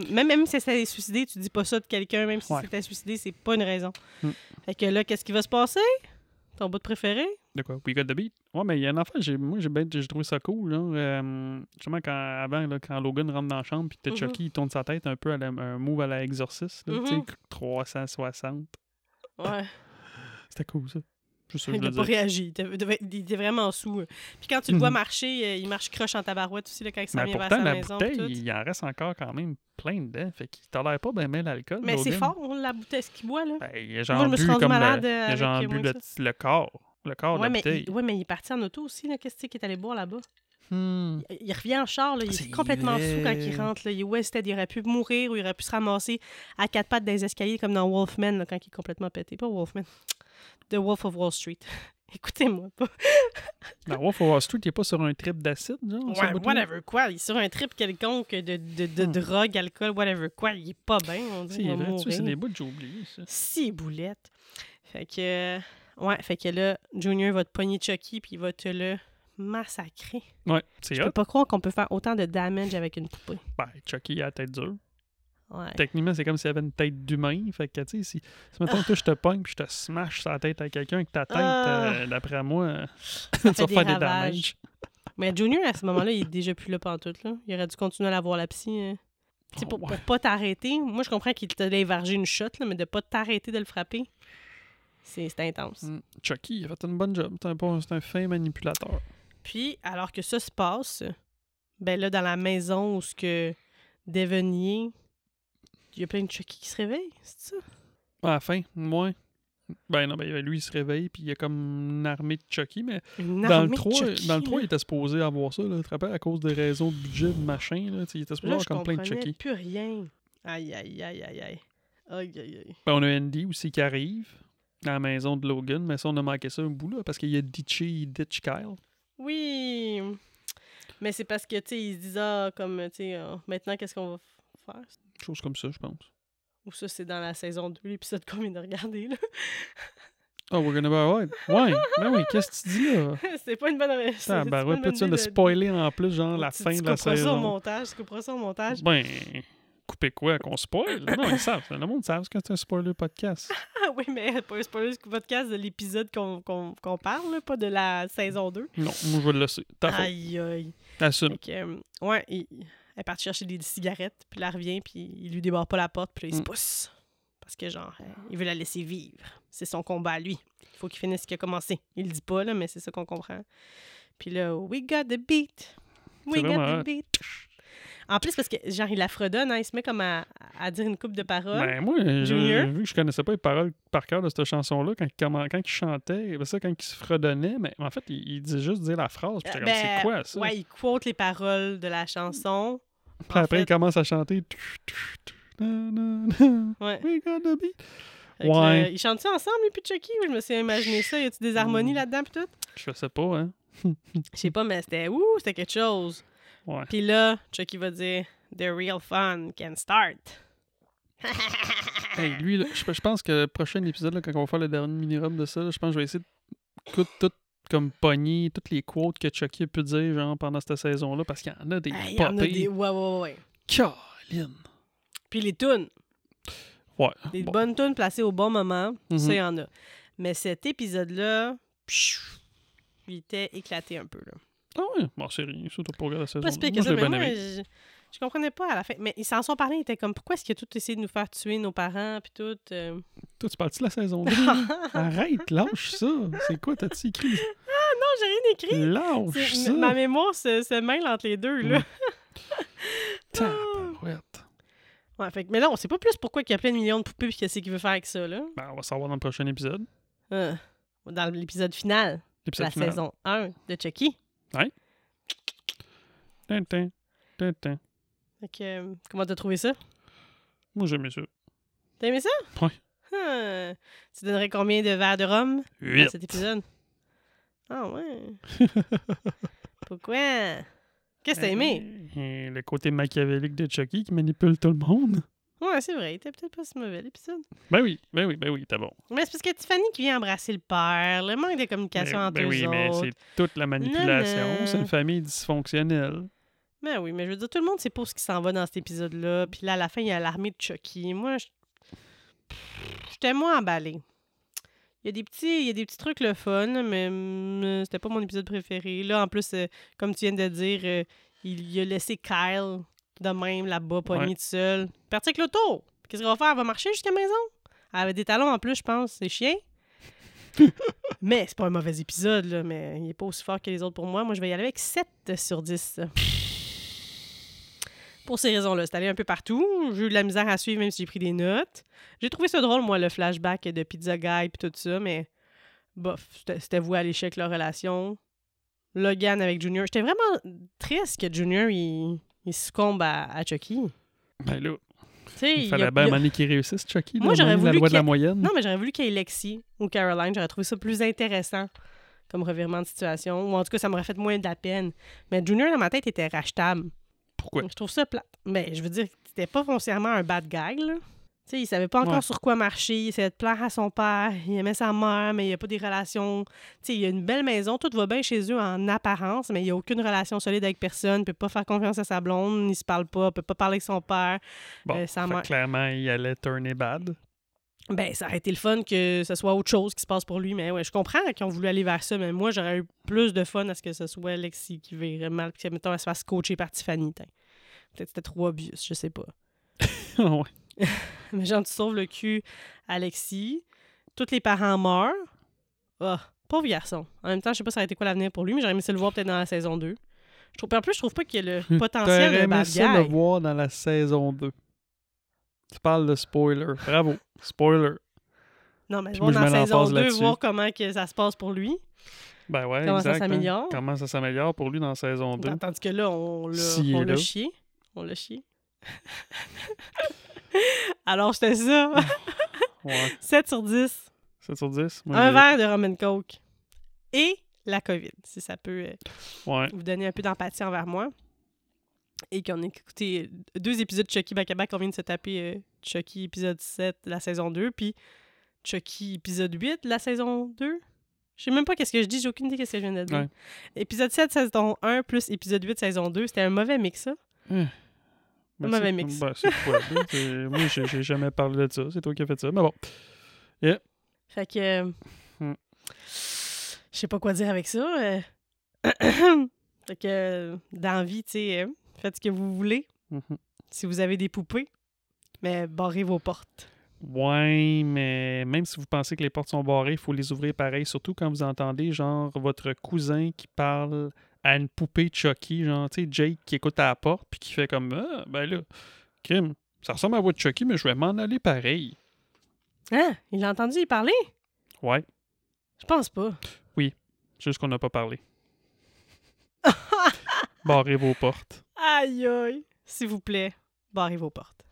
Speaker 1: Même, même si elle s'est suicidée, tu dis pas ça de quelqu'un, même si
Speaker 2: Ouais.
Speaker 1: c'était suicidé, c'est pas une raison.
Speaker 2: Hmm.
Speaker 1: Fait que là, qu'est-ce qui va se passer? Ton bout de préféré?
Speaker 2: De quoi? We got the beat? Ouais, mais il y a une affaire, j'ai, moi, j'ai, ben- j'ai trouvé ça cool. Genre, euh, justement, quand, avant, là, quand Logan rentre dans la chambre, puis que
Speaker 1: Mhm.
Speaker 2: Chucky, il tourne sa tête un peu à la- un move à la Exorcist, là, tu sais,
Speaker 1: Mhm.
Speaker 2: 360.
Speaker 1: Ouais.
Speaker 2: C'était cool, ça. Juste ça, que je
Speaker 1: il
Speaker 2: voulais
Speaker 1: a pas
Speaker 2: dire.
Speaker 1: réagi. Il devait- devait- il était vraiment sous. euh. Puis quand tu le vois
Speaker 2: Mhm.
Speaker 1: marcher, euh, il marche croche en tabarouette aussi là, quand il s'en
Speaker 2: Mais
Speaker 1: vient vers
Speaker 2: Ben, pourtant,
Speaker 1: sa
Speaker 2: la
Speaker 1: maison.
Speaker 2: bouteille,
Speaker 1: tout.
Speaker 2: il en reste encore quand même plein dedans. Fait qu'il tolère pas bien bien l'alcool.
Speaker 1: Mais c'est
Speaker 2: Logan.
Speaker 1: fort, la bouteille, ce qu'il boit. Là.
Speaker 2: Ben, il a
Speaker 1: Moi,
Speaker 2: genre
Speaker 1: je me suis
Speaker 2: bu
Speaker 1: rendue
Speaker 2: comme
Speaker 1: malade,
Speaker 2: le,
Speaker 1: euh,
Speaker 2: il a genre
Speaker 1: avec
Speaker 2: bu
Speaker 1: moins
Speaker 2: le,
Speaker 1: que
Speaker 2: petit- le corps. Le corps de
Speaker 1: ouais,
Speaker 2: Ah, la
Speaker 1: mais
Speaker 2: bouteille.
Speaker 1: il, ouais, mais il est parti en auto aussi. là. Qu'est-ce que c'est qu'il est allé boire là-bas?
Speaker 2: Hmm.
Speaker 1: Il, il revient en char, là, il est,
Speaker 2: C'est
Speaker 1: complètement fou quand il
Speaker 2: vrai.
Speaker 1: rentre. Là. Il est wasted, il aurait pu mourir ou il aurait pu se ramasser à quatre pattes dans les escaliers comme dans Wolfman là, quand il est complètement pété. Pas Wolfman. The Wolf of Wall Street. Écoutez-moi pas.
Speaker 2: Dans Ben, Wolf of Wall Street, t'es pas sur un trip d'acide, genre? ce
Speaker 1: Ouais,
Speaker 2: bout-là?
Speaker 1: whatever quoi. Il est sur un trip quelconque de, de, de
Speaker 2: Hmm.
Speaker 1: drogue, alcool, whatever quoi. Il est pas bien, on dit.
Speaker 2: C'est
Speaker 1: il va
Speaker 2: vrai, tu sais, c'est
Speaker 1: mourir.
Speaker 2: des bouts que j'ai oubliés, ça.
Speaker 1: Six boulettes. Fait que. euh, Ouais, fait que là, Junior va te pogner Chucky puis il va te le massacrer.
Speaker 2: Ouais, c'est
Speaker 1: Je peux
Speaker 2: hot.
Speaker 1: pas croire qu'on peut faire autant de damage avec une poupée.
Speaker 2: Ben, Chucky a la tête dure.
Speaker 1: Ouais.
Speaker 2: Techniquement, c'est comme s'il avait une tête d'humain. Fait que, tu sais, si, si mettons, toi, je te pogne puis je te smash sur la tête à quelqu'un avec ta tête,
Speaker 1: Ah.
Speaker 2: euh, d'après moi,
Speaker 1: Ça
Speaker 2: tu
Speaker 1: fait
Speaker 2: vas faire
Speaker 1: des
Speaker 2: des
Speaker 1: ravages.
Speaker 2: damages.
Speaker 1: Mais Junior, à ce moment-là, il est déjà plus là pantoute. Là. Il aurait dû continuer à l'avoir la psy. hein. Tu sais,
Speaker 2: Oh,
Speaker 1: pour,
Speaker 2: ouais.
Speaker 1: pour pas t'arrêter, moi, je comprends qu'il t'a évargé une shot, là, mais de pas t'arrêter de le frapper, c'est c'est intense.
Speaker 2: Mm. Chucky, il a fait une bonne job. C'est un, bon- c'est un fin manipulateur.
Speaker 1: Puis, alors que ça se passe, ben là, dans la maison où ce que Devenier, il y a plein de Chucky qui se réveillent, c'est ça?
Speaker 2: À la fin, moins. Ben non, ben lui, il se réveille, puis il y a comme une armée de Chucky, mais
Speaker 1: Une
Speaker 2: dans le,
Speaker 1: armée de
Speaker 2: 3,
Speaker 1: Chucky,
Speaker 2: dans le
Speaker 1: là.
Speaker 2: 3, il était supposé avoir ça, là, tu te rappelles, à cause des raisons de budget, de machin, là, tu sais, il était supposé
Speaker 1: Là,
Speaker 2: avoir
Speaker 1: je
Speaker 2: comme plein de
Speaker 1: comprenais
Speaker 2: Chucky.
Speaker 1: plus rien. Aïe, aïe, aïe, aïe, aïe. Aïe, aïe, aïe.
Speaker 2: Ben, on a Andy aussi qui arrive à la maison de Logan, mais ça, on a manqué ça un bout, là, parce qu'il y a Ditchy, Ditch Kyle.
Speaker 1: Oui! Mais c'est parce que, tu sais, ils se disent, ah, comme, tu sais, euh, maintenant, qu'est-ce qu'on va f- faire?
Speaker 2: Chose comme ça, je pense.
Speaker 1: Ou ça, c'est dans la saison 2, l'épisode qu'on vient de regarder, là.
Speaker 2: Oh, we're gonna buy white. Ouais, ben oui, qu'est-ce que tu dis, là?
Speaker 1: c'est pas une bonne... c'est pas
Speaker 2: Putain, ben
Speaker 1: une
Speaker 2: ouais,
Speaker 1: bonne
Speaker 2: puis tu viens
Speaker 1: idée
Speaker 2: de
Speaker 1: de-
Speaker 2: spoiler en plus, genre, la
Speaker 1: Tu-
Speaker 2: fin
Speaker 1: tu
Speaker 2: de la
Speaker 1: couperas ça au
Speaker 2: saison.
Speaker 1: montage, tu couperas ça au montage.
Speaker 2: Ben, couper quoi qu'on spoil? Non, ils savent. Le monde savent ce que c'est un spoiler podcast.
Speaker 1: Ah oui, mais pas un spoiler du podcast de l'épisode qu'on qu'on- qu'on parle, là, pas de la saison 2.
Speaker 2: Non, moi, je vais le laisser. T'as faute.
Speaker 1: Aïe, aïe.
Speaker 2: Assume.
Speaker 1: Fait que, euh, ouais, il- elle est partie chercher des cigarettes, puis elle revient, puis il lui débarre pas la porte, puis là, il se
Speaker 2: Mm.
Speaker 1: pousse. Parce que, genre, euh, il veut la laisser vivre. C'est son combat à lui. Il faut qu'il finisse ce qu'il a commencé. Il le dit pas, là, mais c'est ça qu'on comprend. Puis là, we got the beat. We
Speaker 2: C'est
Speaker 1: got
Speaker 2: vraiment
Speaker 1: the
Speaker 2: hot.
Speaker 1: beat. En plus, parce que, genre, il la fredonne, hein, il se met comme à, à dire une coupe de paroles.
Speaker 2: Ben, moi, je-
Speaker 1: Junior?
Speaker 2: vu que je connaissais pas les paroles par cœur de cette chanson-là, quand, il commen- quand il chantait, ben ça, quand il se fredonnait, mais en fait, il, il disait juste dire la phrase. puis j'étais comme,
Speaker 1: Ben,
Speaker 2: c'est quoi ça?
Speaker 1: Ouais, il quote les paroles de la chanson.
Speaker 2: Puis après,
Speaker 1: en fait-
Speaker 2: il commence à chanter. Tu, tu, tu, na, na, na,
Speaker 1: Ouais.
Speaker 2: we got the beat.
Speaker 1: Fait que,
Speaker 2: Ouais.
Speaker 1: euh, ils chantent ça ensemble, les puis Chucky? Ou je me suis imaginé ça? Y a-tu des harmonies
Speaker 2: Hmm.
Speaker 1: là-dedans, puis tout?
Speaker 2: Je sais pas, hein?
Speaker 1: Je sais pas, mais c'était ouh, c'était quelque chose.
Speaker 2: Ouais.
Speaker 1: Puis là, Chucky va dire The real fun can start.
Speaker 2: Hey, lui, là, je, je pense que le prochain épisode, là, quand on va faire le dernier mini-robe de ça, là, je pense que je vais essayer de coûte tout comme pogner toutes les quotes que Chucky a pu dire genre, pendant cette saison-là, parce qu'il y en a des
Speaker 1: Hey, y en a des.
Speaker 2: potées.
Speaker 1: Ouais, ouais, ouais.
Speaker 2: Caroline!
Speaker 1: Puis les tunes.
Speaker 2: Ouais.
Speaker 1: Des
Speaker 2: bon.
Speaker 1: bonnes tunes placées au bon moment.
Speaker 2: Mhm.
Speaker 1: Ça, y en a. Mais cet épisode-là, pfiou, il était éclaté un peu, là.
Speaker 2: Ah ouais, bon, c'est rien, surtout pour regarder la saison.
Speaker 1: pas ben si pire que
Speaker 2: Moi, je
Speaker 1: ça,
Speaker 2: l'ai
Speaker 1: mais
Speaker 2: bien
Speaker 1: moi,
Speaker 2: aimé.
Speaker 1: je, je comprenais pas à la fin. Mais ils s'en sont parlé, ils étaient comme pourquoi est-ce qu'il a tout essayé de nous faire tuer nos parents puis tout. euh?
Speaker 2: Toi, tu parles-tu de la saison 2? Arrête, lâche ça. C'est quoi, t'as-tu écrit?
Speaker 1: Non, j'ai rien écrit. C'est-
Speaker 2: Lâche ça.
Speaker 1: m- ma mémoire se, se mêle entre les deux là.
Speaker 2: Tabarouette.
Speaker 1: Ouais, fait que- mais là, on sait pas plus pourquoi il y a plein de millions de poupées puis qu'est-ce qu'il veut faire avec ça là.
Speaker 2: Ben, on va savoir dans le prochain épisode.
Speaker 1: Euh, dans l'épisode final de
Speaker 2: L'épisode
Speaker 1: la
Speaker 2: final.
Speaker 1: saison 1 de Chucky.
Speaker 2: Tintin. Tintin.
Speaker 1: Fait que, euh, comment t'as trouvé ça?
Speaker 2: Moi, j'aimais ça.
Speaker 1: T'as aimé ça?
Speaker 2: Ouais.
Speaker 1: Hum. Tu donnerais combien de verres de rhum à
Speaker 2: Huit.
Speaker 1: cet épisode? Ah ouais. Pourquoi? Qu'est-ce
Speaker 2: Euh,
Speaker 1: que t'as aimé?
Speaker 2: Et le côté machiavélique de Chucky qui manipule tout le monde.
Speaker 1: Ouais, c'est vrai, il était peut-être pas si mauvais l'épisode.
Speaker 2: Ben oui, ben oui, ben oui, t'as bon.
Speaker 1: Mais c'est parce que Tiffany qui vient embrasser le père, le manque de communication
Speaker 2: Ben,
Speaker 1: entre
Speaker 2: ben
Speaker 1: eux
Speaker 2: oui, mais
Speaker 1: autres.
Speaker 2: c'est toute la manipulation.
Speaker 1: Nanana.
Speaker 2: C'est une famille dysfonctionnelle.
Speaker 1: Mais oui, mais je veux dire, tout le monde sait pas où ce qui s'en va dans cet épisode-là. Puis là, à la fin, il y a l'armée de Chucky. Moi, je- j'étais moins emballée. Il y, a des petits, il y a des petits trucs le fun, mais hum, c'était pas mon épisode préféré. Là, en plus, euh, comme tu viens de dire, euh, il, il a laissé Kyle de même là-bas, pogné
Speaker 2: Ouais.
Speaker 1: tout seul. Parti avec l'auto. Qu'est-ce qu'elle va faire? Elle va marcher jusqu'à la maison? Elle avait des talons en plus, je pense. C'est chien. mais c'est pas un mauvais épisode, là, mais il est pas aussi fort que les autres pour moi. Moi, je vais y aller avec 7 sur 10. Pour ces raisons-là, c'est allé un peu partout. J'ai eu de la misère à suivre, même si j'ai pris des notes. J'ai trouvé ça drôle, moi, le flashback de Pizza Guy et tout ça, mais bof, c'était- c'était voué à l'échec, leur relation. Logan avec Junior. J'étais vraiment triste que Junior, il, il succombe à, à Chucky.
Speaker 2: Ben là,
Speaker 1: Tu sais,
Speaker 2: il
Speaker 1: a-
Speaker 2: fallait bien
Speaker 1: il a-
Speaker 2: maner qu'il réussisse, Chucky. là,
Speaker 1: Moi, j'aurais
Speaker 2: même La
Speaker 1: voulu
Speaker 2: loi de la
Speaker 1: qu'il-
Speaker 2: moyenne.
Speaker 1: Non, mais j'aurais voulu qu'il y ait Lexi ou Caroline. J'aurais trouvé ça plus intéressant comme revirement de situation. Ou en tout cas, ça m'aurait fait moins de la peine. Mais Junior, dans ma tête, était rachetable.
Speaker 2: Pourquoi?
Speaker 1: Je trouve ça plate. Mais je veux dire, c'était pas foncièrement un bad guy, là. Tu sais, il savait pas encore
Speaker 2: Ouais.
Speaker 1: sur quoi marcher. Il essayait de plaire à son père. Il aimait sa mère, mais il n'y a pas des relations. Tu sais, il a une belle maison. Tout va bien chez eux en apparence, mais il n'y a aucune relation solide avec personne. Il peut pas faire confiance à sa blonde. Il se parle pas. Il peut pas parler avec son père.
Speaker 2: Bon,
Speaker 1: Euh, ça
Speaker 2: fait que
Speaker 1: m'a-
Speaker 2: clairement, il allait turner bad.
Speaker 1: Ben, ça aurait été le fun que ce soit autre chose qui se passe pour lui, mais ouais, je comprends qu'ils ont voulu aller vers ça, mais moi, j'aurais eu plus de fun à ce que ce soit Alexis qui verrait mal, puis que, mettons, elle se fasse coacher par Tiffany. tiens. Peut-être que c'était trop obvious, je sais pas.
Speaker 2: Ah ouais.
Speaker 1: Mais genre, tu sauves le cul, Alexis, tous les parents meurent. Ah, Pauvre garçon. En même temps, je sais pas ça a été quoi l'avenir pour lui, mais j'aurais aimé ça le voir peut-être dans la saison 2. Je trouve, puis en plus, je trouve pas qu'il y ait le potentiel
Speaker 2: Hmm. T'aurais
Speaker 1: de
Speaker 2: aimé
Speaker 1: bad
Speaker 2: ça le
Speaker 1: guy.
Speaker 2: voir dans la saison 2. Tu parles de spoiler. Bravo. Spoiler.
Speaker 1: Non, mais le
Speaker 2: Puis
Speaker 1: voir
Speaker 2: moi,
Speaker 1: dans
Speaker 2: je
Speaker 1: la
Speaker 2: mets
Speaker 1: saison
Speaker 2: l'emphase
Speaker 1: 2,
Speaker 2: là-dessus.
Speaker 1: voir comment que ça se passe pour lui.
Speaker 2: Ben ouais,
Speaker 1: Comment ça
Speaker 2: exact, hein.
Speaker 1: s'améliore?
Speaker 2: Comment ça s'améliore pour lui dans la saison 2.
Speaker 1: Bah, Tandis que là, on l'a
Speaker 2: S'il
Speaker 1: on
Speaker 2: est
Speaker 1: l'a
Speaker 2: là.
Speaker 1: chié. On l'a chié. Alors, c'était ça.
Speaker 2: Ouais.
Speaker 1: 7 sur 10.
Speaker 2: 7 sur 10. Moi,
Speaker 1: Un
Speaker 2: j'ai-
Speaker 1: verre de rum and coke. Et la COVID, si ça peut euh,
Speaker 2: Ouais.
Speaker 1: vous donner un peu d'empathie envers moi. Et qu'on a écouté deux épisodes de Chucky back à back. On vient de se taper euh, Chucky épisode 7, la saison 2, puis Chucky épisode 8, la saison 2. Je sais même pas qu'est-ce que je dis, j'ai aucune idée qu'est-ce que je viens de dire.
Speaker 2: Ouais.
Speaker 1: Épisode 7, saison 1, plus épisode 8, saison 2. C'était un mauvais mix, ça.
Speaker 2: Ben,
Speaker 1: mauvais
Speaker 2: c'est-
Speaker 1: mix.
Speaker 2: Ben, c'est toi, là. C'est- Moi, j'ai j'ai jamais parlé de ça. C'est toi qui as fait ça. Mais bon.
Speaker 1: Fait que. euh,
Speaker 2: Hmm.
Speaker 1: Je sais pas quoi dire avec ça. euh. fait que, euh, dans la vie, tu sais, euh, faites ce que vous voulez.
Speaker 2: Mhm.
Speaker 1: Si vous avez des poupées, mais barrez vos portes.
Speaker 2: Ouais, mais même si vous pensez que les portes sont barrées, il faut les ouvrir pareil. Surtout quand vous entendez, genre, votre cousin qui parle à une poupée Chucky, genre, tu sais, Jake qui écoute à la porte, puis qui fait comme, ah, ben là, crime, ça ressemble à la voix de Chucky, mais je vais m'en aller pareil.
Speaker 1: Hein? Il a entendu y parler?
Speaker 2: Ouais,
Speaker 1: Je pense pas.
Speaker 2: juste qu'on n'a pas parlé. Barrez vos portes.
Speaker 1: Aïe aïe! S'il vous plaît, barrez vos portes.